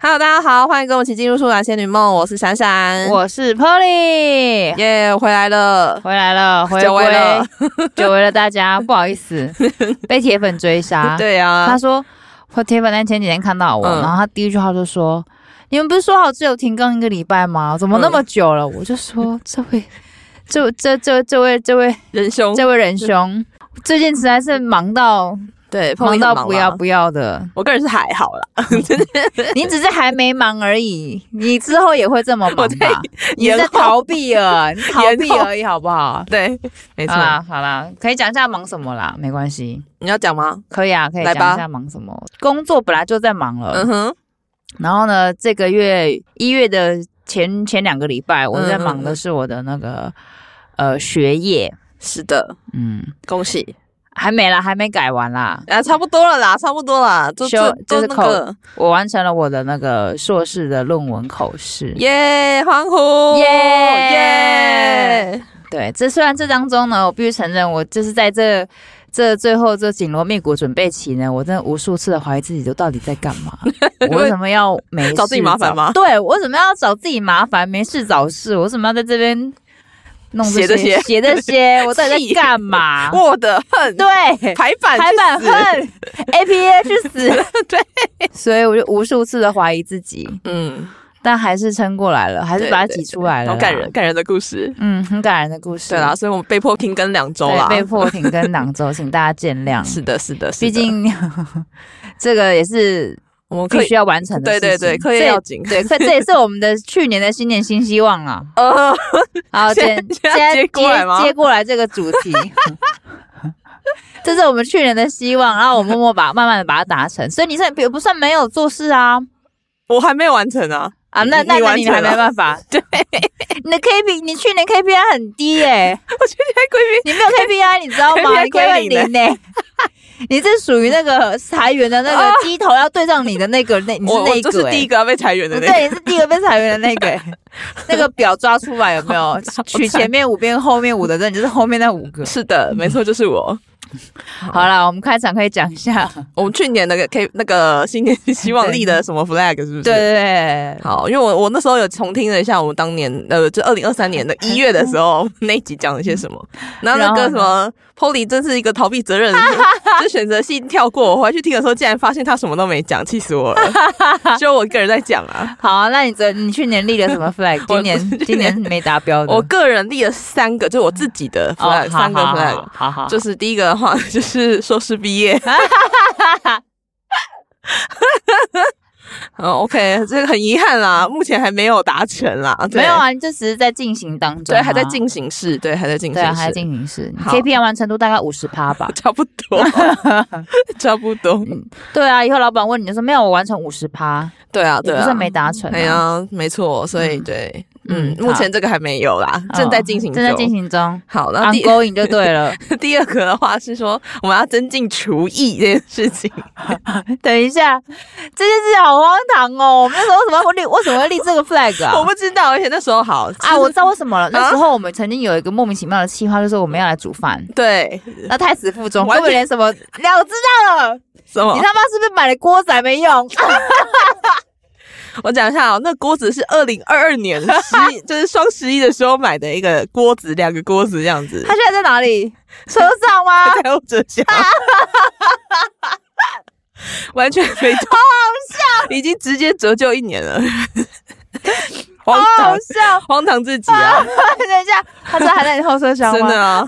Hello，大家好，欢迎跟我一起进入《树懒仙女梦》，我是闪闪，我是 Polly，耶我回来了，回来了，回归 久违了，久违了大家，不好 意思，被铁粉追杀。对啊呀、啊他说，我铁粉在前几天看到我，嗯然后他第一句话就说：“你们不是说好只有停更一个礼拜吗？怎么那么久嗯了？”我就说：“这位，这这这这位这位仁兄，这位仁兄，最近实在是忙到对，碰忙一到到不要，不要的，我个人是还好啦，你只是还没忙而已，你之后也会这么忙 我在吧？你延在后逃避了，你逃避延后而已，好不好？”对，没错好，啦，好啦，可以讲一下忙什么啦，没关系，你要讲吗？可以啊，可以来讲吧一下忙什么。工作本来就在忙了，嗯哼，然后呢，这个月一月的呃前前两个礼拜，我嗯在忙的是我的那个、呃学业，是的，嗯，恭喜还没啦，还没改完啦，啊，差不多了啦，差不多啦，就修就嗯就就是那个，我完成了我的那个硕士的论文口试。耶，欢呼，耶耶，对，这虽然这当中呢，我必须承认，我就是在这这最后这紧锣密鼓准备期呢，我真的无数次的怀疑自己，就到底在干 嘛？我为什么要没事找自己麻烦吗对，我为什么要找自己麻烦？没事找事，我为什么要在这边弄写这些 写这些？我到底气？在干嘛我的恨， 对，排版，排版去死，恨 APA 去死！ 对，所以我就无数次的怀疑自己，嗯，但还是撑过来了，还是对把它对挤出来了。好感人，，感人的故事。嗯，很感人的故事。对啦，所以我们被迫停更两周对，啦。被迫停更两周，请大家见谅。 是的，是的，是的毕竟 这个也是我们可必以须要完成的对事情。对对，课业这要紧。对，可这也是我们的去年的新年新希望 啊。呃，好， 现接现在接过来吗接过来这个主题， 这是我们去年的希望，然后我默默把慢慢的把它达成，所以你算也不算没有做事啊。我还没完成啊。啊，那你那你那完你成还没了 办法，对， 你的 KP，你去年 KPI 很低耶、闺 你没有 KPI，你知道吗？ KPI 你 KPI 归零呢？ 你这属于那个裁员的那个鸡头要对上你的那个那，你蜜，是啊我那我一个、就欸，是第一个要被裁员的不那个。对，你是第一个被裁员的那个、欸， 那个表抓出来有没有？取前面五遍，后面五的，那你就是后面那五 个。是的，没错，就是我。好了，我们开场可以讲 一下，我们去年那个 K 那个新年希望立的什么 flag 是不是？对。对好，因为我我那时候有重听了一下我们当年呃，就二零二三年的一月的时候 那一集讲了些什么，然后那个嗯然后呢什么 Polly 真是一个逃避责任的 人，就选择性跳过。我回去听的时候，竟然发现他什么都没讲，气死我了！ 只有我一个人在讲啊。对，好啊，那你这你去年立了什么 flag？今年今年没达标的，我个人立了三个，就是我自己的哦 flag，、三个 flag，好好好，就是是第一个的话就是硕士毕 业。嗯，OK，这个很遗憾啦，目前还没有达成啦。对没有，啊，你这只是在进行当中啊，对，还在进行式，对，还在进对行啊，式，还在进行式好。，KPI 完成度大概五十趴吧差不 多，差不多。对啊，以后老板问你就说没有，我完成五十趴，对啊，也对不算啊，没达成啊。哎呀，没错，所以嗯对，嗯嗯，目好前这个还没有啦，哦正在进行，正在进。行中好，那第，ongoing 就对了。 第二个的话是说，我们要增进厨艺这件事情。等一下，这件事好荒唐哦！我们那时候为什么会立，为什么会立这个 flag 我啊？不知道，而且那时候好啊，我知道为什么了。那啊时候我们曾经有一个莫名其妙的计划，就是我们要来煮饭，对那太死腹中，嗯完全哦根本连什么了知道了。什么你？他妈是不是买了锅仔没 用？啊我讲一下哦，那锅子是二零二二年十一， 就是双十一的时候买的一个锅子，两个锅子这样子他，现在在哪里？车 上吗？在后车厢，完全没动，好笑，已经直接折旧一年 了，荒好唐好笑！荒唐至极啊， 等一下，他说还在你后车厢吗？真的啊，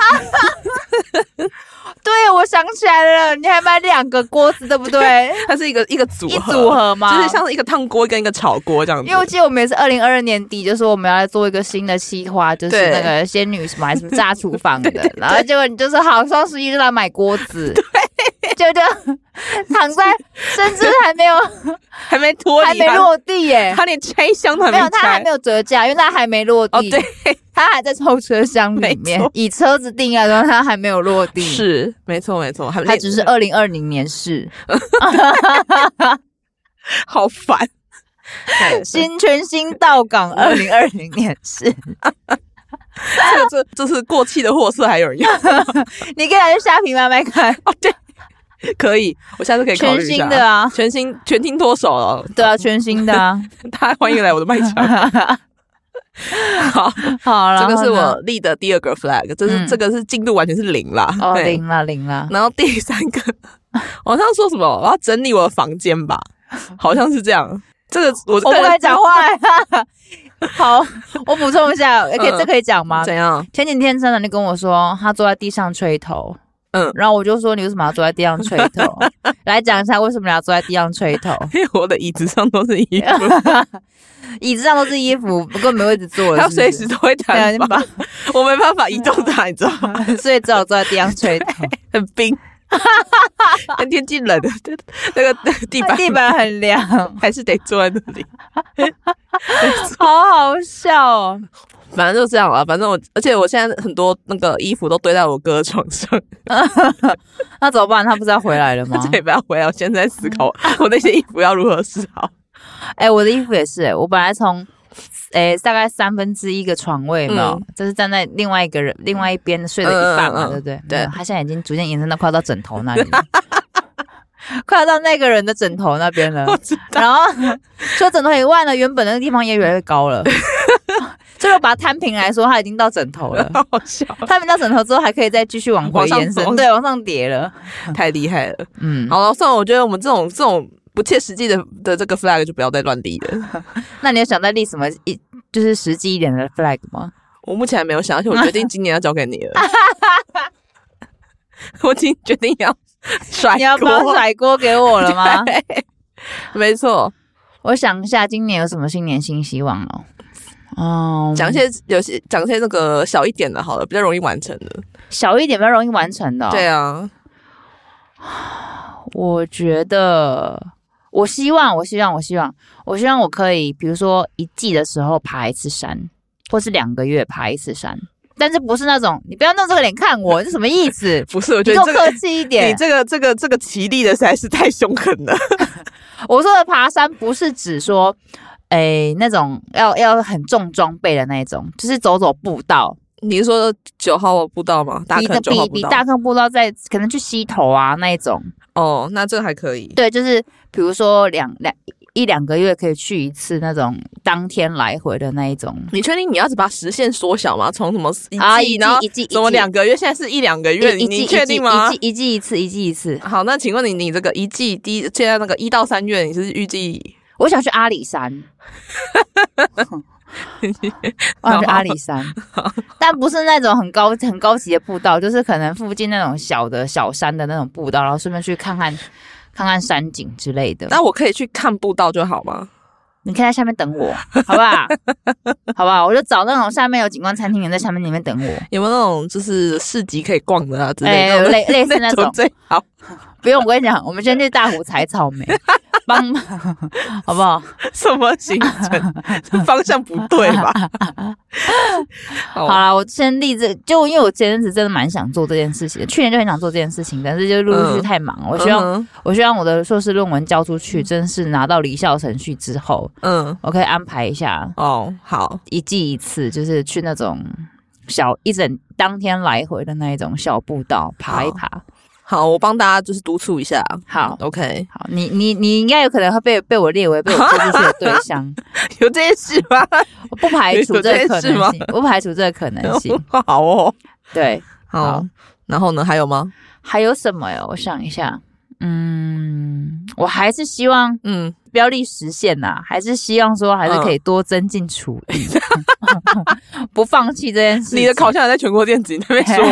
对，我想起来了，你还买两个锅子，对不对？它是一个一个 组一合，组合吗？就是像是一个烫锅跟一个炒锅这样子因为，我记得我们也是二零二二年底，就说我们要来做一个新的企划，就是对那个仙女什么还是什么炸厨房 的，然后结果你就说好，双十一就来买锅子，对， 就就躺在，甚至还没有还没脱还离没它，落地耶。它连拆箱都还没有，没它还拆没。有折价，因为它还没落地。哦，对，，它还在后车厢里没面错。以车子定价的话，它还没有落地。，是没错没错，还它只是二零二零年是好烦。 新全新到 港二零二零年是。 这这这是过气的货色，还有人要 你可以拿去虾皮买买看。哦，对，可以，我下次可以考全虑一下。新的啊，全新全听脱手了， 对啊，全新的啊。大家欢迎来我的卖场。好， 好了，这个是然后呢我立的第二个 flag，这是、嗯这个是进度完全是零啦。哦，对。零了零了。然后第三个， 网上说什么我要整理我的房间 吧，好像是这样。这个我我不敢讲话、 好，我补充一 下，可以、嗯这可以讲吗？怎样？前几天真的就跟我说，他坐在地上吹头。嗯嗯，然后我就说你为什么要坐在地上吹头？ 来讲一下为什么你要坐在地上吹 头？因为我的椅子上都是衣 服，椅子上都是衣服，根本没位置坐了它是不随是，时都会对啊弹你吧， 我没办法移动它，你知道吗？把所以只好坐在地上吹头。很冰， 但天气冷， 那个那个地板 地板很 凉，还是得坐在那里。好好笑哦。 反正就这样了，反正我，而且我现在很多那个衣服都堆在我哥的床上， 那怎么办？他不是要回来 了吗而？且不要回来。我现在在思考，嗯我那些衣服要如何是好。哎、我的衣服也是、哎我本来从，哎、大概三分之一个床位嘛，嗯就是站在另外一个人另外一边睡了一半嘛，嗯嗯嗯对不对？对嗯他现在已经逐渐延伸到快要到枕头那里了， 快要到那个人的枕头那边了 我。知道，然后除了枕头以外呢，原本那个地方也越来越高了。 所以我把它摊平来说，它已经到枕头 了。好好 笑，摊平到枕头之后，还可以再继续往回往上延伸走，对，往上叠了。太厉害了。嗯，好了，算了，我觉得我们这种这种不切实际的的这个 flag 就不要再乱立了。那你有想再立什么一就是实际一点的 flag 吗？我目前还没有想，而且我决定今年要交给你了。 我已经决定要甩你要锅包甩锅给我 了吗？没错，我想一下，今年有什么新年新希望哦？哦，讲一些有些讲一些那个小一点的，好了，比较容易完成的。小一点比较容易完成的、哦。对，啊，我觉得，我希望，我希望，我希望，我希望我可以，比如说一季的时候爬一次山，或是两个月爬一次山，但是不是那种你不要弄这个脸看我，这什么意 ？思不是，我你觉给得我这个客。气你一点。这个这个这个骑力的实在是太凶狠了， 我说的爬山不是指说，诶、那种要要很重装备的那种，就是走走步道，你是说九号步道吗？大你坑的九号比步比道。大坑步道在可能去溪头啊那一种，哦，那这个还可以。对，就是比如说两两一两个月可以去一次那种当天来回的那一种啊你确定你要只把时限缩小吗？从什么一季，一季然后一季一季什么两个月，现在是一两个月，一一你季你一确季定吗一？季一季一次，一季一次。好，那请问你你这个一季第一现在那个一到三月，你是预计我想去阿 里山，我想去阿里山， 但不是那种很高很高级的步道，就是可能附近那种小的小山的那种步道，然后顺便去看看看看山景之类的。那我可以去看步道就好吗？你可以在下面等我，好不 好？好不好？我就找那种下面有景观餐厅，你在下面里面等我。有没有那种就是市集可以逛的啊之类哎、 的？类类似那那种种，最好。不用我跟你讲，我们先去大湖采草莓，帮忙，好不好？什么行程？ 这方向不对吧？好好啦，我先立这，就因为我前阵子真的蛮想做这件事情的，去年就很想做这件事情，但是就陆陆续续嗯太忙了。 我希望，嗯我希望我的硕士论文交出去，真是拿到离校程序之后，嗯，我可以安排一下哦，好，一季一次，就是去那种小一整当天来回的那一种小步道爬一爬。好，我帮大家就是督促一下。好。 OK， 好，你你你应该有可能会被被我列为被我推出去的对 象，有这件事吗？我不排除这个可有这件事吗能性，我不排除这个可能性。 好哦，对，好好。然后呢？还有吗？还有什么呀？我想一下，嗯，我还是希望嗯，标立实现呐、还是希望说还是可以多增进厨 艺，不放弃这件事情。你的烤箱还在全国电子，你那边说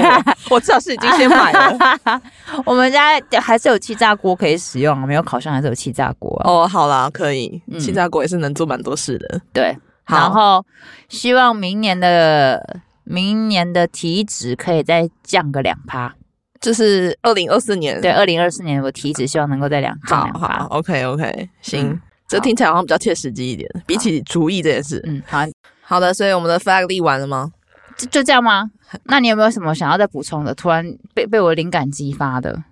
我，我至少是已经先买了。我们家还是有气炸锅可以使用啊，没有烤箱还是有气炸锅、啊。哦，好啦，可以，嗯新加坡也是能做蛮多事的。对，好然后希望明年的明年的体脂可以再降个两趴。就是二零二四年，对，二零二四年我体脂希望能够再两降嗯好两好趴。 ，OK OK，行。嗯这听起来好像比较切实际一点，比起厨艺这件事。嗯，好，好的，所以我们的 flag 立完了吗？就就这样吗？那你有没有什么想要再补充的？突然被被我灵感激发的？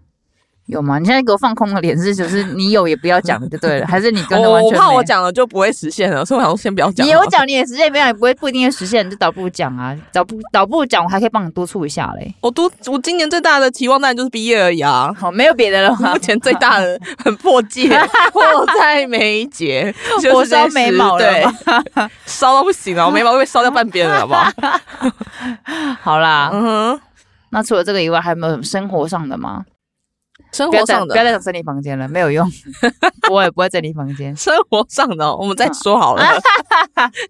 有吗？你现在给我放空的脸是就是你有也不要讲 就对了，还是你我真的完哦我全怕没我讲了就不会实现了，所以我想先不要讲。你有，讲你也实现没有，也不会不一定会实现，你就倒不如讲啊，倒不倒不如讲，我还可以帮你督促一下嘞。我都我今年最大的期望当然就是毕业而已 啊。好，没有别的了吗目？前最大的很破 戒，迫在眉睫，就我是在烧眉毛了对， 烧到不行啊了，我眉毛被烧掉半 边了，好不好？好啦，嗯哼，那除了这个以外，还有没有什么生活上的吗？生不要活再上不要的，再讲整理房间了，没 有用，我也不会整理房间。生活上的哦，我们再说好 了，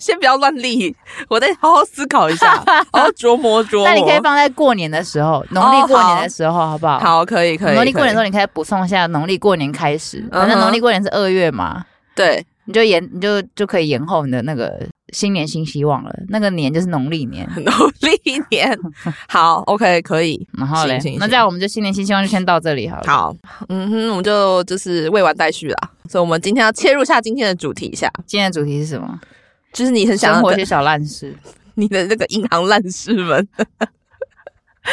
先不要乱立，我再好好思考一 下，好好琢磨琢磨。那你可以放在过年的时候，农历过年的时候，好不哦好？。好，可以可以，农历过年的时可以候，你可以补充一下农历过年开始，反嗯正哼农历过年是二月嘛，对，你就延你就就可以延后你的那个新年新希望了。那个年就是农历年，努力一点，好，OK，可以。然后嘞行行，那这样我们就新年新希望就先到这里好了。，好，嗯哼，我们就就是未完待续啦，所以我们今天要切入下今天的主题一下，今天的主题是什么？就是你很想生要活一跟些小烂事。 你的那个银行烂事们，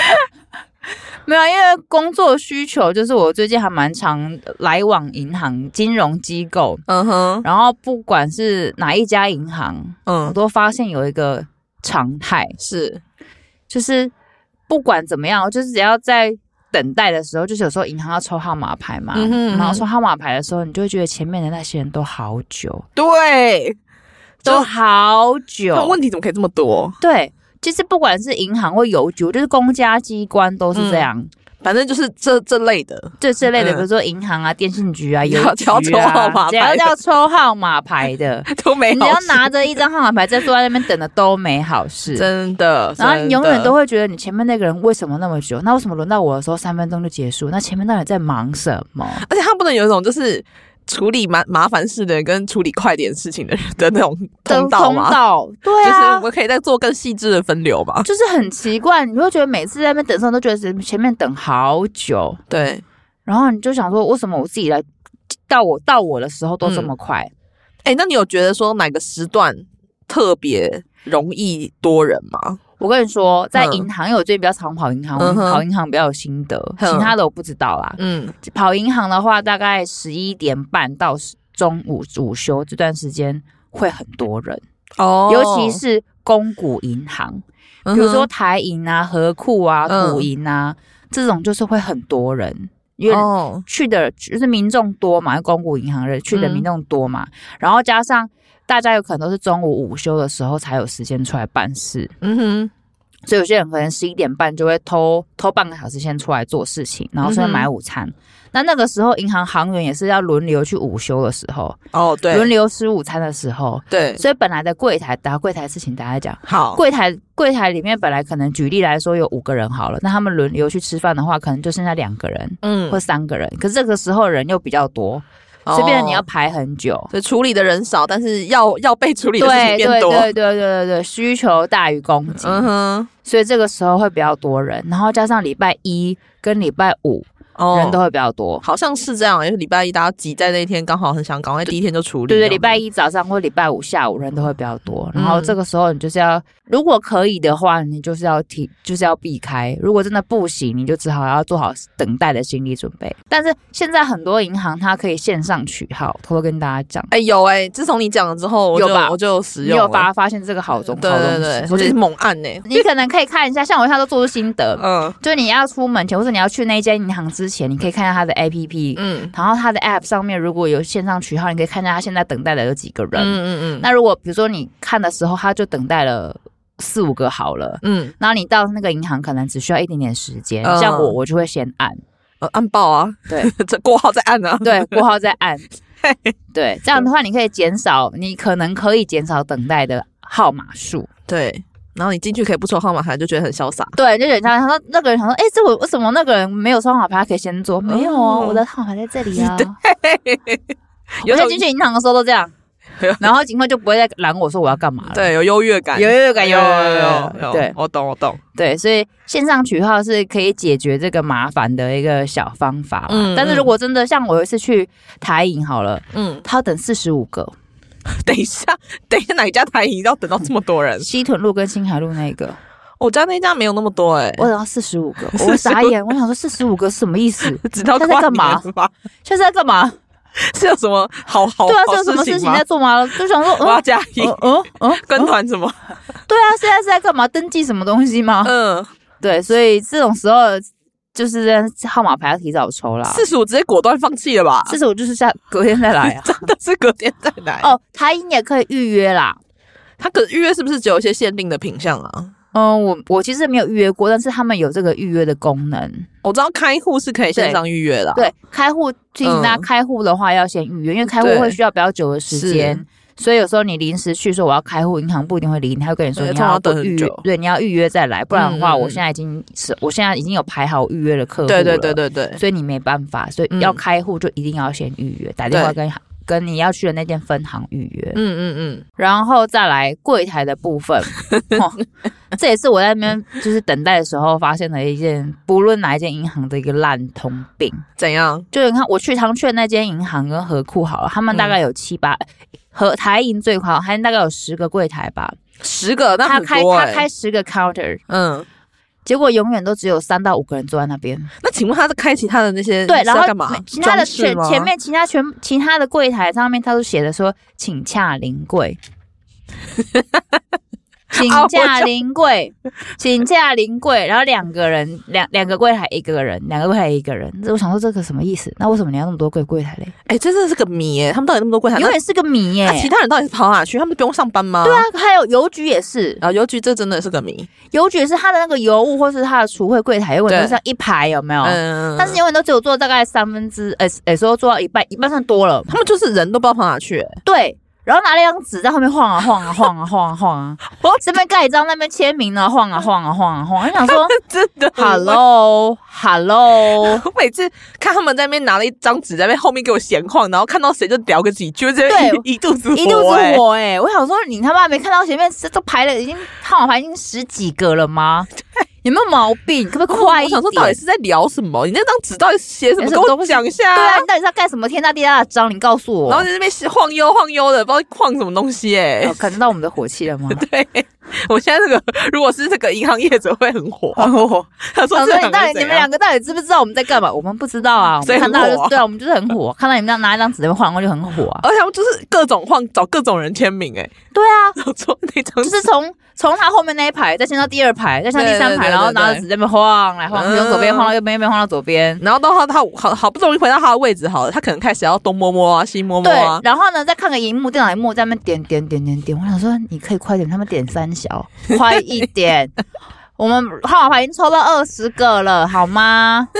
没有，因为工作需求，就是我最近还蛮常来往银行、金融机构，嗯哼，然后不管是哪一家银行，我嗯，都发现有一个常态，是，就是不管怎么样，就是只要在等待的时候，就是有时候银行要抽号码牌嘛，嗯哼嗯哼然后抽号码牌的时候，你就会觉得前面的那些人都好久，对，都好久那，问题怎么可以这么多？对。其实不管是银行或邮局，就是公家机关都是这样，反正就是这这类的，这这类的，嗯比如说银行啊、电信局啊、邮要局啊，要抽号码牌只要要抽号码牌的， 都 没你只好要事拿着一张号码牌在坐在那边等的都没好事。真的，然后你永远都会会觉得你前面那个人为什么那么久？那为什么轮到我的时候三分钟就结束？那前面到底在忙什么？而且他不能有一种就是处理麻麻烦事的跟处理快点事情的人的那种 通道通嘛，道，对就是啊我，们可以再做更细致的分流嘛，就是很奇怪，你会觉得每次在那边等的时候，你都觉得前面等好久，对。然后你就想说，为什么我自己来到我到我的时候都这嗯么快？哎、那你有觉得说哪个时段特别容易多人吗？我跟你说，在嗯银行，因为我最近比较常跑银行，嗯哼跑银行比较有心得，嗯其他的我不知道啦。嗯，跑银行的话，大概十一点半到10中午午休这段时间会很多人，哦尤其是公股银行，比如说台银啊、和库啊、嗯股银啊、这种，就是会很多人，因为。哦，去的就是民众多嘛，公股银行人去的嗯民众多嘛，然后加上大家有可能都是中午午休的时候才有时间出来办事，嗯哼，所以有些人可能十一点半就会偷偷半个小时先出来做事情，然后嗯顺便买午餐。那那个时候，银行行员也是要轮流去午休的时候，哦，轮对，流吃午餐的时候。对，所以本来的柜台，打柜台的事情，大家讲，好，柜台柜台里面本来可能举例来说有五个人好了，那他们轮流去吃饭的话，可能就剩下两个人嗯或三个人。可是这个时候人又比较多，所以变成你要哦，排很久。所以处理的人少，但是要要被处理对的事情对对变多，对对对对，需求大于供给。嗯哼，所以这个时候会比较多人，然后加上礼拜一跟礼拜五哦，人都会比较多。好像是这样，因为礼拜一大家挤在那一天，刚好很想赶快第一天就处理，对对，这样礼拜一早上或礼拜五下午人都会比较多，然后嗯这个时候你就是要，如果可以的话，你就是要提，就是要避开；如果真的不行，你就只好要做好等待的心理准备。但是现在很多银行它可以线上取号，偷偷跟大家讲，哎、有哎、自从你讲了之后，我就有吧我就使你用了，有发发现这个好中好对东对西对，，或我就是是猛按呢、你可能可以看一下，像我现在都做出心 得，嗯就是你要出门前或者你要去那间银行之前，你可以看一下它的 APP，嗯然后它的 App 上面如果有线上取号，你可以看一下它现在等待的有几个人。嗯嗯嗯那如果比如说你看的时候，它就等待了四五个好了。嗯，然后你到那个银行可能只需要一点点时间，嗯像我我就会先 按，呃按爆啊，对 这过号再按啊，对，过后再按，对，这样的话你可以减少，你可能可以减少等待的号码数。对，然后你进去可以不抽号码牌，就觉得很潇洒。对，就人家他说那个人想说，哎、这我为什么那个人没有抽号码牌，他可以先做？没有啊，哦我的号码牌在这 里啊。有种我在进去银行的时候都这 样，然后警官就不会再拦我说我要干嘛了。对有优越感，有优越感有有有有有有，对我懂我懂。对，所以线上取号是可以解决这个麻烦的一个小方法啦。嗯但是嗯如果真的像我有一次去台银好了，嗯，他要等四十五个 等一下，等一下，哪一家台银要等到这么多人？西屯路跟新海路那一个，我家那家没有那么多哎、我等到四十五个，我傻眼，我想说四十五个是什么意思？直到他在跨干嘛年吧？现在在干嘛？ 是有什么好好对啊，哦好是有什么事情吗在？做吗？就想说， 我要嗯加一嗯嗯嗯，跟团什么？对啊，现在是在干嘛？登记什么东西吗？嗯，对，所以这种时候就是号码牌要提早抽啦。四十五直接果断放弃了吧？四十五就是下隔天 再来啊。真的是隔天再来哦。哦，台音也可以预约啦。他可预约是不是只有一些限定的品相啊？嗯，我我其实没有预约过，但是他们有这个预约的功能。我知道开户是可以线上预约的啊、对，开户提醒大家，嗯开户的话要先预约，因为开户对会需要比较久的时间。所以有时候你临时去说我要开户，银行不一定会理你，他会跟你说对你通常要等很预约久，对，你要预约再来，不然的话，嗯嗯嗯我现在已经是我现在已经有排好预约的客户对对了对对对，所以你没办法，所以嗯要开户就一定要先预约，打电话跟跟你要去的那间分行预约，嗯嗯然后再来柜台的 部分。哦这也是我在那边就是等待的时候发现的一件，不论哪一间银行的一个烂通病。嗯，怎样？就是你看，我去常去的那间银行跟和库好了，他们大嗯概有七八。和台银最快，台银大概有十个柜台吧，十个那他很开多他哎、开十个 counter，嗯，结果永远都只有三到五个人坐在那边。那请问他在开其他的那些对，是然后要干嘛每？其他装的饰前吗前面其他全其他的柜台上面，他都写的说，请洽 临柜，请啊我洽就临柜，请洽临柜，然后两个人两两个柜台一个人，两个柜台一个人，这我想说这个什么意思？那为什么你要那么多柜柜台嘞？哎、这真的是个谜哎、他们到底那么多柜台？永那远是个谜耶、那啊其他人到底是跑哪去？他们不用上班吗？对啊，还有邮局也是，啊，邮局这真的是个谜。邮局是他的那个邮务或是他的储汇柜台，永远都是要一排有没有？嗯，哦但是永远都只有做到大概三分之，呃，有时候做到一半，一半算多了。他们就是人都不知道跑哪去、欸。 对，然后拿了一张纸在后面晃啊晃啊晃啊晃啊晃啊，我这边盖一张，那边签名呢，晃啊晃啊晃啊晃啊，我想 说真的，hello hello，我每次看他们在那边拿了一张纸在那边后面给我闲晃，然后看到谁就聊个几句，这边对一一肚子火、一肚子欸，火哎、我想说你他妈没看到前面这都排了已经号码牌已经十几个了吗？有没有毛病？可不可以 快一我点？想说到底是在聊什么？你那张纸到底写什有么？什跟么我讲一下、对啊，你到底是要干什么天大地大的章？你告诉我。然后在那边晃悠晃悠的，不知道晃什么东西哎、哦感受到我们的火气了 吗？对，我现在这个如果是这个银行业者会很火。他说这想说两个你到人底怎你们样两个到底知不知道我们在干嘛？我们不知道啊，我所以们看很到就火啊 对啊，我们就是很火，看到你们这样拿一张纸在那边晃，我就很火啊。而且他们就是各种晃，找各种人签名哎、对啊，然后说那张 就是从从他后面那一排，再先到第二排，再上第对三对排，对然后对对拿着纸在那边晃来晃去，嗯从左边晃到右边，右边晃到左边。然后到他他好好不容易回到他的位置，好了，他可能开始要东摸摸啊，西摸摸对啊，，然后呢，再看个荧幕，电脑荧幕在那边点点点点点。我想说，你可以快点，他们点三小，快一点。 我们号码牌已经抽到二十个了，好吗？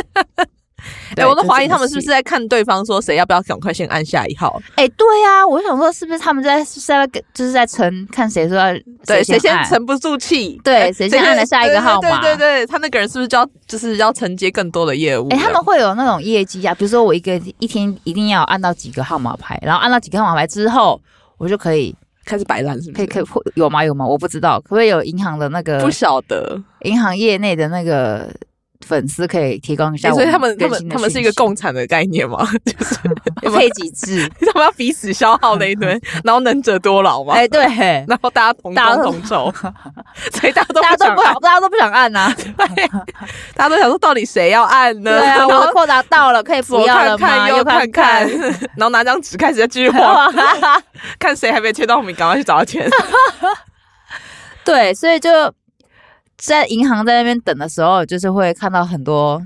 哎、对我都就怀疑这么他们是不细是在看对方说谁要不要赶快先按下一号，哎、对呀、啊，我想说，是不是他们在是在就是在乘看谁说要对，谁先按沉不住气，对哎谁先按了下一个号码对对对对，他那个人是不是就要就是要承接更多的业务？哎、他们会有那种业绩啊，比如说我一个一天一定要按到几个号码牌，然后按到几个号码牌之后，我就可以开始摆烂是不可以是？可以会有吗？有吗？我不知道，可不可以有银行的那个不晓得，银行业内的那个粉丝可以提供一哎下我所以更新的讯息？他们他们他们是一个共产的概念嘛，就是他们配几制？ 他们要彼此消耗那一 堆，然后能者多劳嘛，哎、 对，嘿然后大家同大家工都同 酬，所以大家都大家想都不按想，，大家都不想按 呐、大家都想说到底谁要按呢？对啊，然我的后扣打到了，可以不左要了看吗？看右看看看， 啊然后拿张纸开始再继 续画，看谁还没签到我们，赶快去找他签。对，所以就在银行在那边等的时候，就是会看到很多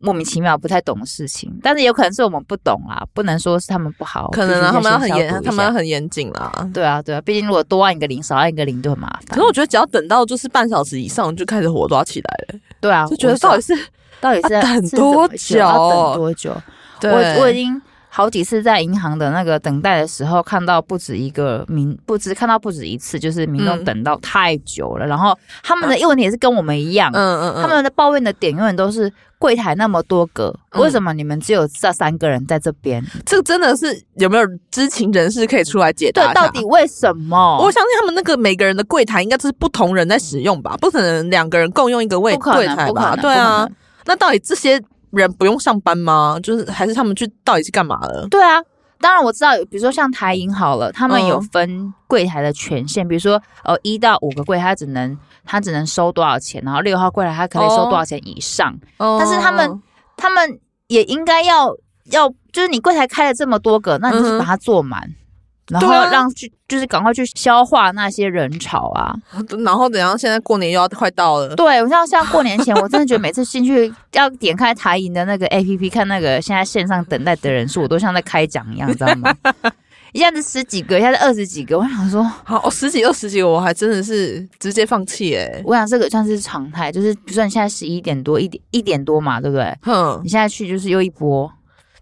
莫名其妙不太懂的事情，但是有可能是我们不懂啦，不能说是他们不好， 可能啊，他必须们要很先消毒一下严，他们要很严谨啦。对啊对啊，毕竟如果多按一个零，少按一个零就很麻可烦是。我觉得只要等到就是半小时以上，就开始火抓起来了，对啊，就觉得我知道到底是到底是要等是怎么多久要等久多久？对我我已经好几次在银行的那个等待的时候，看到不止一个民，不止看到不止一次，就是民众嗯等到太久了，然后他们的问题也是跟我们一样，嗯嗯嗯，他们的抱怨的点永远都是柜台那么多个，嗯为什么你们只有这三个人在这边？这个真的是有没有知情人士可以出来解答对，一下？到底为什么？我相信他们那个每个人的柜台应该都是不同人在使用吧，不可能两个人共用一个位不可柜能，台不可吧？能，对不可啊能，，那到底这些人不用上班吗？就是还是他们去到底是干嘛了？对啊。当然我知道，比如说像台银好了，他们嗯有分柜台的权限，比如说呃一到五个柜台，它只能他只能收多少钱，然后六号柜台他可以收多少钱以上，哦但是他们他们也应该要要，就是你柜台开了这么多个，那你就嗯是哼把它坐满，然对啊后让去、就是赶快去消化那些人潮啊。然后等一下现在过年又要快到 了，对，我像像过年前，我真的觉得每次进去要点开台银的那个 APP 看那个现在线上等待的人数，我都像在开奖一样，你知道 吗？一下子十几个，一下子二十几个，我想说，好、哦、十几二十几个我还真的是直接放弃哎、我想这个算是常态，就是比如说你现在十一点多，一点一点多嘛，对不对？哼你，现在去就是又一波，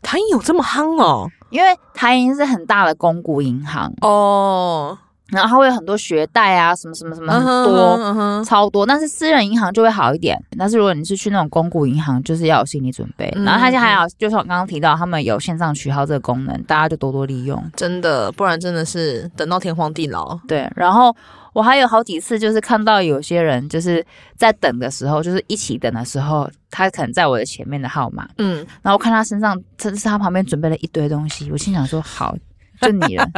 台银有这么夯哦？因为台银是很大的公股银行，哦，然后它会有很多学贷啊，什么什么什么很嗯哼多。嗯哼超多，但是私人银行就会好一点。但是如果你是去那种公股银行，就是要有心理准备。嗯然后它现在还有，就像我刚刚提到，他们有线上取号这个功能，大家就多多利用。真的，不然真的是等到天荒地老。对，然后我还有好几次就是看到有些人就是在等的时候，就是一起等的时候，他可能在我的前面的号码，嗯，然后我看他身上，甚至他旁边准备了一堆东西，我心想说好。就你 了，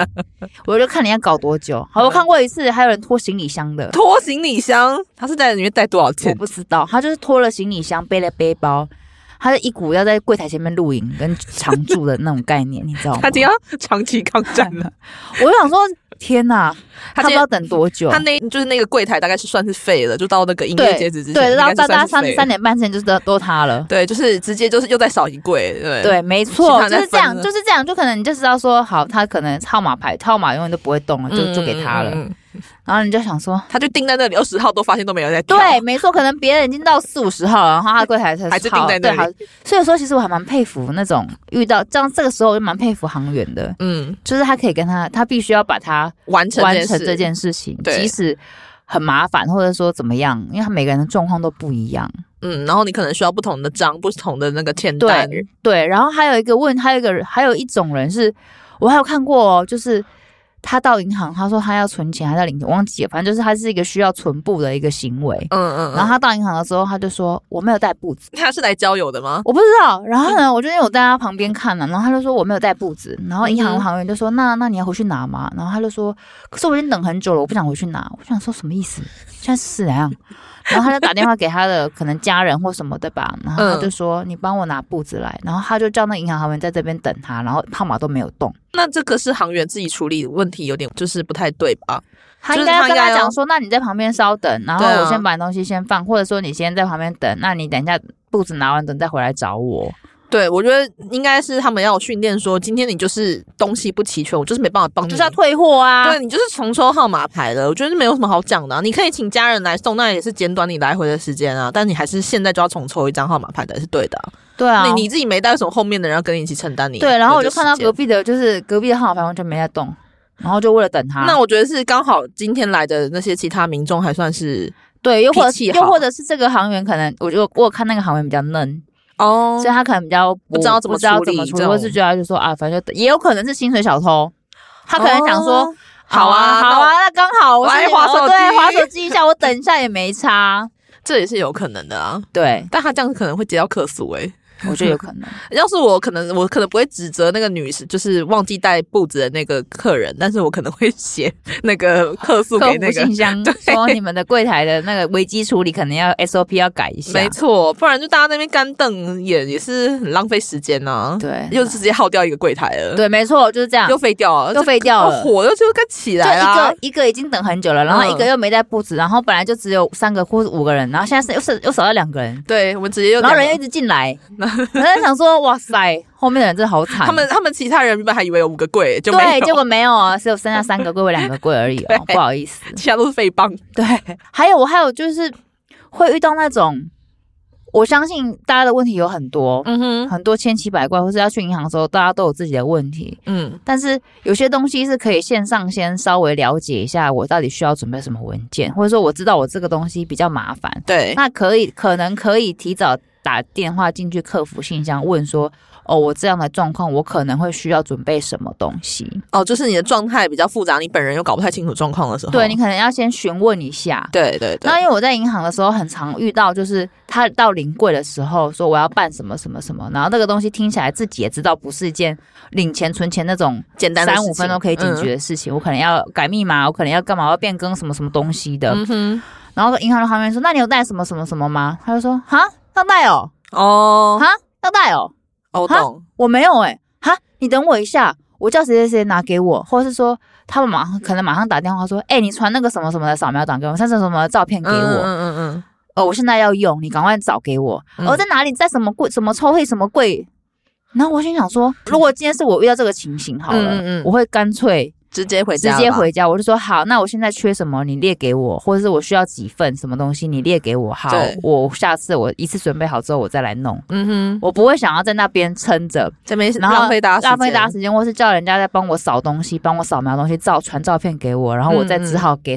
我就看你要搞多久。好，我看过一次，还有人拖行李箱的，拖行李箱，他是在里面带多少我钱？不知道，他就是拖了行李箱，背了背包，他是一股要在柜台前面露营跟常住的那种概念，你知道 吗他？今天要长期抗战了。我就想说，天哪，他今他不知天道等多久他。那就是那个柜台大概是算是废了，就到那个营业对截止之前，应对，该然后是到大家算是废了三三点半之前就是都都他了。对，就是直接就是又再少一柜，对对，没其错他，就在是这样分，了就是这样，就可能你就知道说，好，他可能号码牌号码永远都不会动了，嗯就就给他了。嗯嗯嗯然后你就想说，他就定在那里，二十号都发现都没有人在跳对，，没错，可能别人已经到四五十号了，然后他柜台才啊还是好定在那对，里好。所以说，其实我还蛮佩服那种遇到这样这个时候，我就蛮佩服航员的，嗯，就是他可以跟他，他必须要把它完成完件成事这，件事情，对即使很麻烦，或者说怎么样，因为他每个人的状况都不一样。嗯，然后你可能需要不同的章、不同的那个签单，嗯对对，然后还有一个问，还有一个人，还有一种人是，我还有看过哦，就是他到银行，他说他要存钱还是要领钱，我忘记了，反正就是他是一个需要存布的一个行为。嗯嗯，嗯然后他到银行的时候，他就说我没有带布子，他是来交友的吗？我不知道。然后嗯呢，我就因为我在他旁边看了，然后他就说我没有带布子。然后银嗯行哼行员就说那那你要回去拿吗？然后他就说可是我已经等很久了，我不想回去拿。我想说什么意思？现在是怎样？然后他就打电话给他的可能家人或什么的吧，然后他嗯就说你帮我拿布子来。然后他就叫那银行行员在这边等他，然后号码都没有动。那这个是航员自己处理问题，有点就是不太对吧？他就是应该他要应跟该他要讲说，那你在旁边稍等，然后对啊我先把东西先放，或者说你先在旁边等，那你等一下布子拿完等再回来找我。对，我觉得应该是他们要有训练说，今天你就是东西不齐全，我就是没办法帮我你，就是要退货啊！对你就是重抽号码牌了，我觉得没有什么好讲的啊、你可以请家人来送，那也是简短你来回的时间啊。但你还是现在就要重抽一张号码牌才是对的啊、对啊，那你自己没带，为什么后面的人要跟你一起承担你？对，然后我就看到隔壁。壁的，就是隔壁的号码牌完全没在动，然后就为了等他。那我觉得是刚好今天来的那些其他民众还算是对，又或脾气又好或者是这个航员可能，我就我有看那个航员比较嫩，哦所以他可能比较不知道怎么不知道处怎么理处这理，种或是觉得就说啊，反正就等也有可能是薪水小偷，他他可能想说。好啊好啊，那刚好我我来是滑我手对，机滑手机一下，我等一下也没差。这也是有可能的啊。对，但他这样可能会接到客诉诶、我觉得有可 能。要是我可能我可能不会指责那个女士，就是忘记带布子的那个客人，但是我可能会写那个客诉客给那服个 信箱说你们的柜台的那个危机处理可能要 SOP 要改一下。没错，不然就大家在那边干瞪也也是很浪费时间呐、对，啊又直接耗掉一个柜台了，，对，没错，就是这样又。废掉了，又废掉了这火又就该起就来啊一啦个。一个已经等很久了，然后嗯一个又没带布置，然后本来就只有三个或是五个人，然后现在是又是又少了两个人，对，我们直接又然后人又两一个直进来，我在想说，哇塞，后面的人真的好惨。他 们他们其他人原本还以为有五个柜，就没对，有，结果没有啊，只有剩下三个柜位、两个柜而已哦，对不好意思。 其他都是废棒。对，还有我还有就是会遇到那种，我相信大家的问题有很多。嗯哼，很多千奇百怪，或是要去银行的时候，大家都有自己的问题。嗯，但是有些东西是可以线上先稍微了解一下，我到底需要准备什么文件，或者说我知道我这个东西比较麻烦，对，那可以可能可以提早打电话进去客服信箱问说，哦，我这样的状况，我可能会需要准备什么东西？哦，就是你的状态比较复杂，你本人又搞不太清楚状况的时候，对你可能要先询问一下。对对哦对那，因为我在银行的时候，很常遇到，就是他到临柜的时候说我要办什么什么什么，然后那个东西听起来自己也知道不是一件领钱存钱那种简单的三事五情嗯分钟可以解决。的事情，我可能要改密码，我可能要干嘛，我要变更什么什么东西的。嗯嗯哼，然后银行的行员说：“那你有带什么什么什么吗？”他就说：“哈，要带哦，哦，哈，要带哦，哦我懂，我没有哎、哈，你等我一下，我叫谁谁谁拿给我，或者是说他们马上可能马上打电话说：‘哎、你传那个什么什么的扫描档给我，上次什么的照片给我。嗯嗯嗯哦，我现在要用，你赶快找给我。嗯哦，在哪里，在什么柜、什么抽屉、什么柜。然后我心想说，如果今天是我遇到这个情形好了，嗯嗯嗯我会干脆嗯，直接回直家，接，回家，我就说好，那我现在缺什么，你列给我，或者是我需要几份什么东西，你列给我。好对，我下次我一次准备好之后，我再来弄。嗯哼，我不会想要在那边撑着，这边然后浪费大家浪费大家时间，时间，或是叫人家在帮我扫东西、帮我扫描东西、照传照片给我，然后我再嗯嗯只好给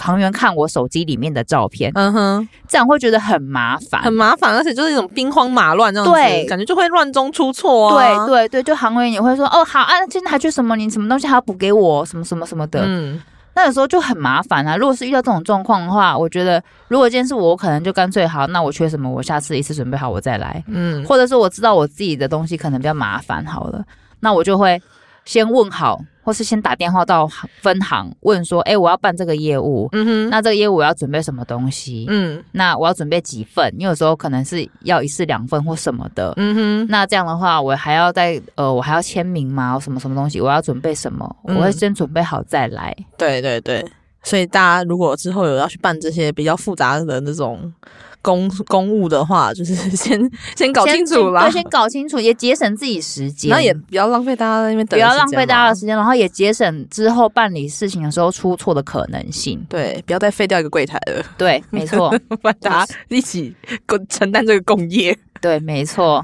行员看我手机里面的照片，嗯哼，这样会觉得很麻烦，很麻烦，而且就是一种兵荒马乱这样子，对感觉就会乱中出错啊，对对对，就行员也会说哦好啊，那今天还缺什么？你什么东西还要补给我？什么什么什么的。嗯，那有时候就很麻烦啊。如果是遇到这种状况的话，我觉得如果今天是我，我可能就干脆好，那我缺什么，我下次一次准备好我再来，嗯或者是我知道我自己的东西可能比较麻烦好了，那我就会先问好，或是先打电话到分行问说，哎、我要办这个业务，嗯哼，那这个业务我要准备什么东西？嗯那我要准备几份？因为有时候可能是要一次两份或什么的，嗯哼，那这样的话，我还要再呃，我还要签名吗？什么什么东西？我要准备什么？嗯我会先准备好再来。对对对，所以大家如果之后有要去办这些比较复杂的那种公公务的话，就是 先先搞先清楚啦对，，先搞清楚，也节省自己时间，然后也不要浪费大家在那边不等，要浪费大家的。时间，然后也节省之后办理事情的时候出错的可能性。对，不要再废掉一个柜台了，对，没 错，不然大家一起共承担这个共业。对，没错。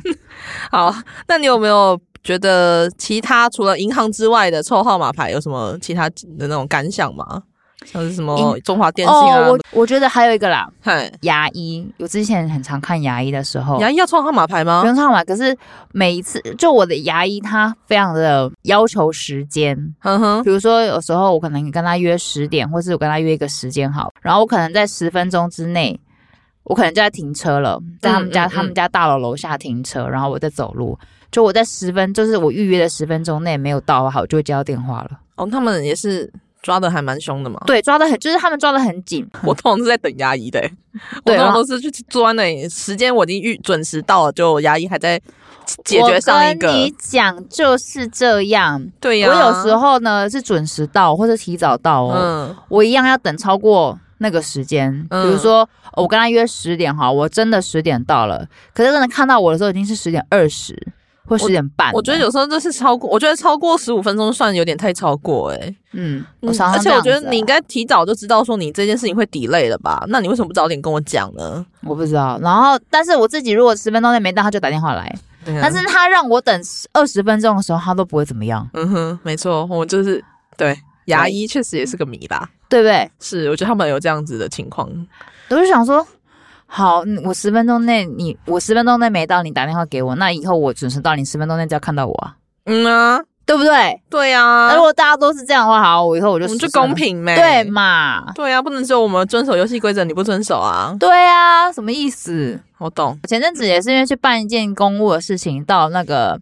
好，那你有没有觉得其他除了银行之外的抽号码牌有什么其他的那种感想吗？像是什么中华电信啊哦，，我我觉得还有一个啦，嗨，牙医。我之前很常看牙医的时候，杨要抽号码牌吗不？用上嘛。可是每一次，就我的牙医他非常的要求时间，嗯哼，比如说，有时候我可能跟他约十点，或是我跟他约一个时间好，然后我可能在十分钟之内，我可能就在停车了，在他们家、嗯嗯他们家大楼楼下停车，然后我在走路，就我在十分，就是我预约的十分钟内没有到的话，我就会接到电话了。哦，他们也是抓的还蛮凶的嘛。对，抓的很，就是他们抓的很紧， 我通常是在等牙医 的、欸，我通对然常后都是去坐在那里，时间我已经预准时到了，就牙医还在解决上一我跟个你。讲就是这样，对呀、我有时候呢是准时到或者提早到哦，嗯我一样要等超过那个时间。嗯比如说，哦我跟他约十点哈，我真的十点到了，可是真的看到我的时候已经是十点二十或十点半了我觉得，有时候就是超过，我觉得超过十五分钟算有点太超过哎、欸嗯，嗯我常常而且这样我子觉啊、得你应该提早就知道说你这件事情会 delay 了吧？那你为什么不早点跟我讲呢？我不知道。然后，但是我自己如果十分钟内没到，他就打电话来。对啊但是他让我等二十分钟的时候，他都不会怎么样，嗯哼，没错，我就是对牙医确实也是个谜啦。对不对？是，我觉得他们有这样子的情况。我就想说。好，嗯我十分钟内你我十分钟内没到，你打电话给我，那以后我准时到，你十分钟内就要看到我啊，嗯啊，对不对？对啊那如，果大家都是这样的话，好，我以后哎我就我们十就分钟公平呗、对嘛？对啊，不能只有我们遵守游戏规则，你不遵守啊！对啊，什么意思？我懂，前阵子也是因为去办一件公务的事情，到那个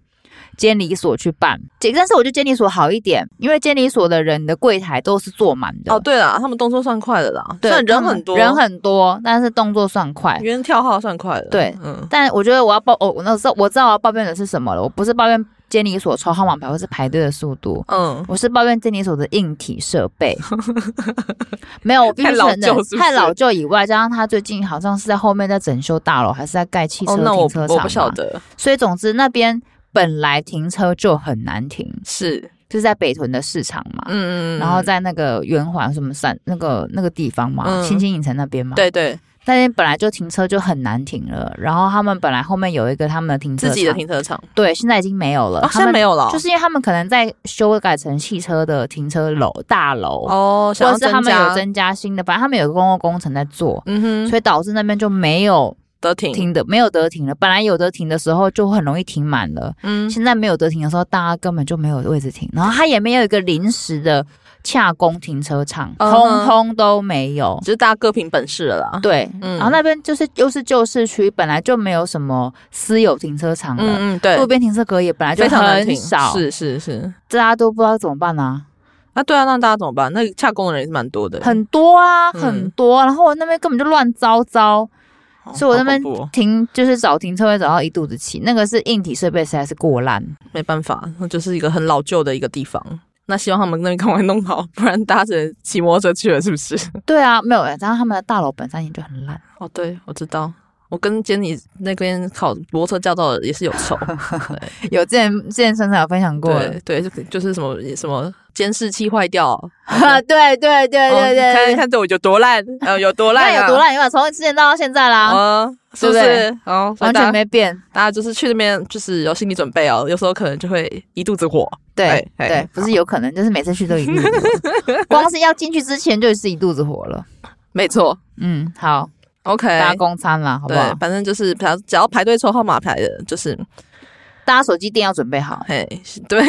监理所去办，这但是我觉得监理所好一点，因为监理所的人的柜台都是坐满的。哦，，对了，他们动作算快的啦，啊对，虽然人他们很多，嗯人很多，但是动作算快。别人跳号算快的，对，嗯，但我觉得我要抱，哦，我那时候我知道我要抱怨的是什么了，我不是抱怨监理所抽号码牌或是排队的速度。嗯，我是抱怨监理所的硬体设 备，没有，我必须太老承认旧是不是太老旧以外，加上他最近好像是在后面在整修大楼，还是在盖汽车哦，那我停车场、我不晓，得，所以总之那边本来停车就很难停，是，就是在北屯的市场嘛，嗯嗯，然后在那个圆环什么三那个那个地方嘛，嗯新兴影城那边嘛，，对对，那边本来就停车就很难停了，然后他们本来后面有一个他们的停车自场，己的停车场，对，现在已经没有了，哦，现在没有。有了哦，就是因为他们可能在修改成汽车的停车楼大楼，哦，想或要者是他们加有，增加新的，反正他们有公共工程在做，嗯哼，所以导致那边就没有得停，停的，没有得停了。本来有得停的时候就很容易停满了，嗯，现在没有得停的时候，大家根本就没有位置停，然后他也没有一个临时的洽公停车场，嗯通通都没有。就是大家各凭本事了啦，对，嗯然后那边就是又是旧市区，本来就没有什么私有停车场了，嗯嗯，对路，边停车格也本来就非常难很停，少，是是是，大家都不知道怎么办啊。啊，对啊，那大家怎么办？那洽公的人也是蛮多的，很多啊，嗯很多。然后我那边根本就乱糟糟，哦所以我那边好恐怖哦停就是找停车位找到一肚子气。那个是硬体设备实在是过烂，没办法，那就是一个很老旧的一个地方。那希望他们那边赶快弄好， 不然大家只能骑摩托车去了，是不是？对啊，没有。然后他们的大楼本身也就很烂，哦，对，我知道。我跟监理那边考摩托车驾照的也是有 仇，有之前之前生产有分享过的对对，就就是什么什么监视器坏掉，啊，对 对对哦对你看对对，看这我有多烂，呃，有多烂、那啊，有多烂？有把从之前到现在啦，嗯，是不对不是？哦，所以完大全家没变。大家就是去那边就是有心理准备哦，有时候可能就会一肚子火。对哎哎对，不是有可能，就是每次去都一肚子 火，光是要进去之前就是一肚子火了。没错嗯，好， ，OK，大家公餐啦，好不对好，？反正就是只要只要排队抽号码牌的，就是大家手机电要准备好。嘿， 对，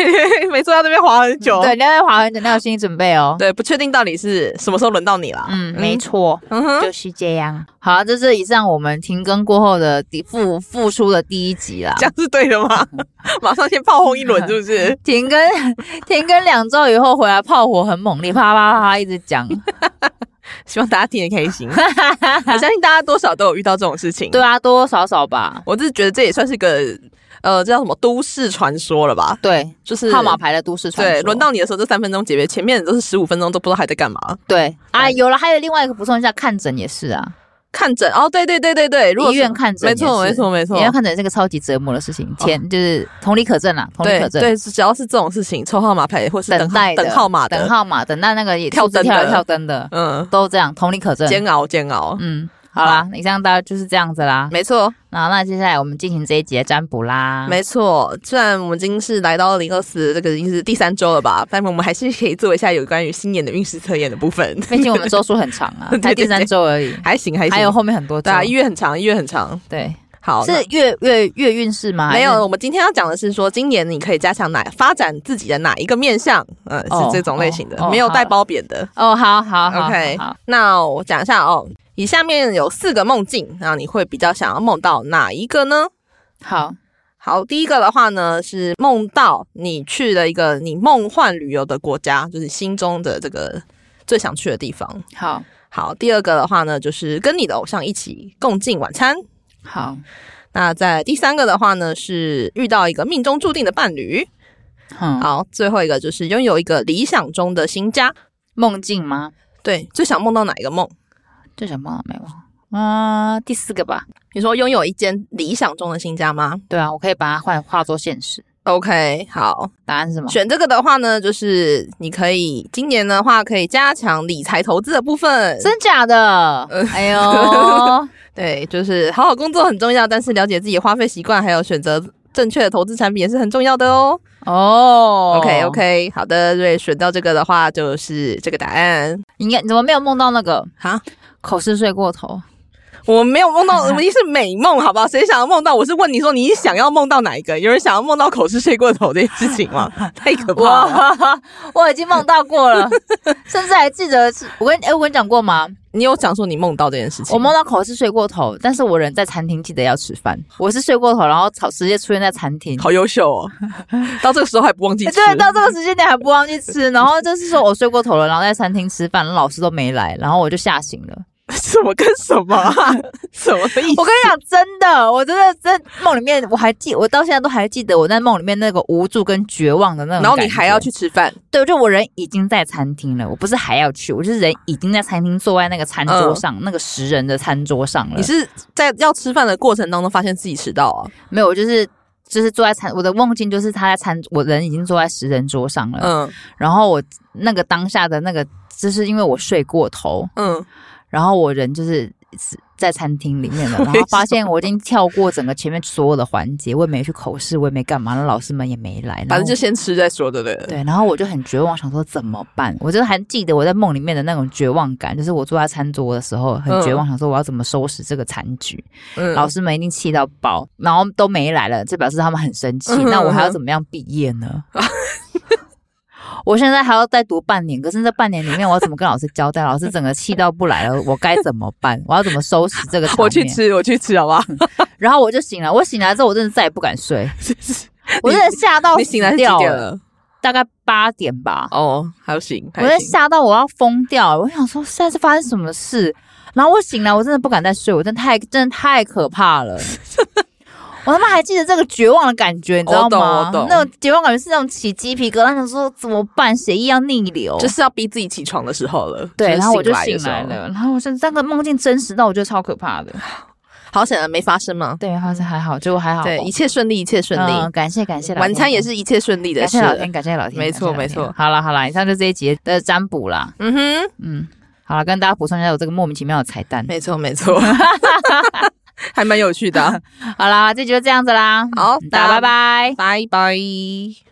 每次要那边滑很久。对，廖月华很简单，有心理准备哦哦。对，不确定到底是什么时候轮到你啦。嗯，没错，嗯哼，就是这样。好，这是以上我们停更过后的第复复出的第一集啦这。样是对的吗？马上先炮轰一轮，是不是？ 停更停更两周以后回来，炮火很猛烈，啪啪啪啪一直 讲。希望大家听得开心。 我相信大家多少都有遇到这种事情。对，啊，多多少少吧。我是觉得这也算是个呃，这叫什么都市传说了吧？对，就是号码牌的都市传说。对，轮到你的时候，这三分钟解决，前面都是十五分钟都不知道还在干嘛。对啊，有了，还有另外一个补充一下，看诊也是啊，看诊哦，对对对对对，如果医是院看诊没也是，错没错没错哦医，院看诊是个超级折磨的事情，前就是同理可证啦，同理对可证。对，只要是这种事情，抽号码牌或是等待的等号码等的，号码，等待那个也跳灯的数字跳来跳灯的，嗯，都这样，同理可证。煎熬煎熬，嗯，好啦，以上大概就是这样子啦。没错那那接下来我们进行这一集的占卜啦。没错。虽然我们已经是来到二零二四，这个已经是第三周了吧，但我们还是可以做一下有关于新年的运势测验的部分，毕竟我们周数很长啊对，才对第三周而已， 还行还行。还有后面很多周对。啊，一月很长，一月很长。对，好，是月月月运势吗？那没有。我们今天要讲的是说，今年你可以加强哪发展自己的哪一个面向？嗯，哦是这种类型的哦，哦没有带好了褒贬的。哦，好好好 OK 好，那我讲一下哦，以下面有四个梦境，那你会比较想要梦到哪一个呢？好，好，第一个的话呢，是梦到你去了一个你梦幻旅游的国家，就是心中的这个最想去的地方。好，好，第二个的话呢，就是跟你的偶像一起共进晚餐。好，那在第三个的话呢，是遇到一个命中注定的伴侣。嗯，好，最后一个就是拥有一个理想中的新家。梦境吗？对，最想梦到哪一个梦？这什么没忘？啊、第四个吧。你说拥有一间理想中的新家吗对啊，我可以把它换化作现实。 ？OK，好，答案是什么？选这个的话呢，就是你可以今年的话可以加强理财投资的部分。真假的？呃哎 呦，对，就是好好工作很重要，但是了解自己的花费习惯，还有选择正确的投资产品也是很重要的哦。哦 OK OK，好的，对，选到这个的话就是这个答案。应该怎么没有梦到那个好，口试睡过头？我没有梦 到，我一定是美梦，好不好？谁想要梦到？我是问你说你想要梦到哪一个？有人想要梦到口是睡过头这件事情吗？太可怕了！我 我已经梦到 过了，甚至还记得是我跟哎、我跟你讲过吗？你有讲说你梦到这件事情？我梦到口试睡过头，但是我人在餐厅，记得要吃饭。我是睡过头，然后草直接出现在餐厅。好优秀 哦，到这个时候还不忘记欸吃。对，到这个时间点还不忘记吃，然后就是说我睡过头了，然后在餐厅吃饭，老师都没来，然后我就吓醒 了。什么跟什么、啊？ 什么意思？我跟你讲，真的，我真的在梦里面，我还记，我到现在都还记得我在梦里面那个无助跟绝望的那种。然后你还要？去吃饭，对，就我人已经在餐厅了，我不是还要去，我就是人已经在餐厅，坐在那个餐桌上，那个十人的餐桌上了。嗯你是在要吃饭的过程当中发现自己迟到啊？没有？我就是就是坐在餐，我的梦境就是他在餐，我人已经坐在十人桌上了。嗯然后我那个当下的那个，就是因为我睡过头，嗯，然后我人就是在餐厅里面了，然后发现我已经跳过整个前面所有的环节，我也没去口试，我也没干嘛，那老师们也没来，反正就然后先吃再说，对不对？对，然后我就很绝望，想说怎么办？我就还记得我在梦里面的那种绝望感，就是我坐在餐桌的时候很绝望，想说我要怎么收拾这个残局。嗯老师们一定气到爆，然后都没来了，这表示他们很生气。嗯哼那我还要怎么样毕业呢？ 我现在还要再读半年，可是这半年里面我要怎么跟老师交代？老师整个气到不来了，我该怎么办？我要怎么收拾这个场面？ 我去吃，我去吃，好不好？然后我就醒了。我醒来之后，我真的再也不敢睡，我真的吓 到你醒来是死掉几点了。了？大概八点吧，哦，还行，我在还行。吓到我要疯掉，我想说现在是发生什么事，然后我醒来，我真的不敢再睡，我真的太真的太可怕 了。我他妈还记得这个绝望的感觉，你知道我懂吗我？懂那种绝望感觉是那种起鸡皮疙瘩，想说怎么办，血液要逆流，就是要逼自己起床的时候了。哦对，是然后我就的醒时候来。了，然后我真这个梦境真实到我觉得超可怕的。好显然没发生嘛。对，还是还好，结果还好，对，一切顺利，一切顺利。嗯感谢感谢老天，晚餐也是一切顺利的感事谢。老天，感谢老天，没错没感谢老天错好了好了，以上就这一节的占卜啦。嗯哼，嗯，好了，跟大家补充一下我这个莫名其妙的彩蛋。没错没 错，还蛮有趣的啊。好啦，这集就这样子啦，嗯好大大家家拜拜。拜拜。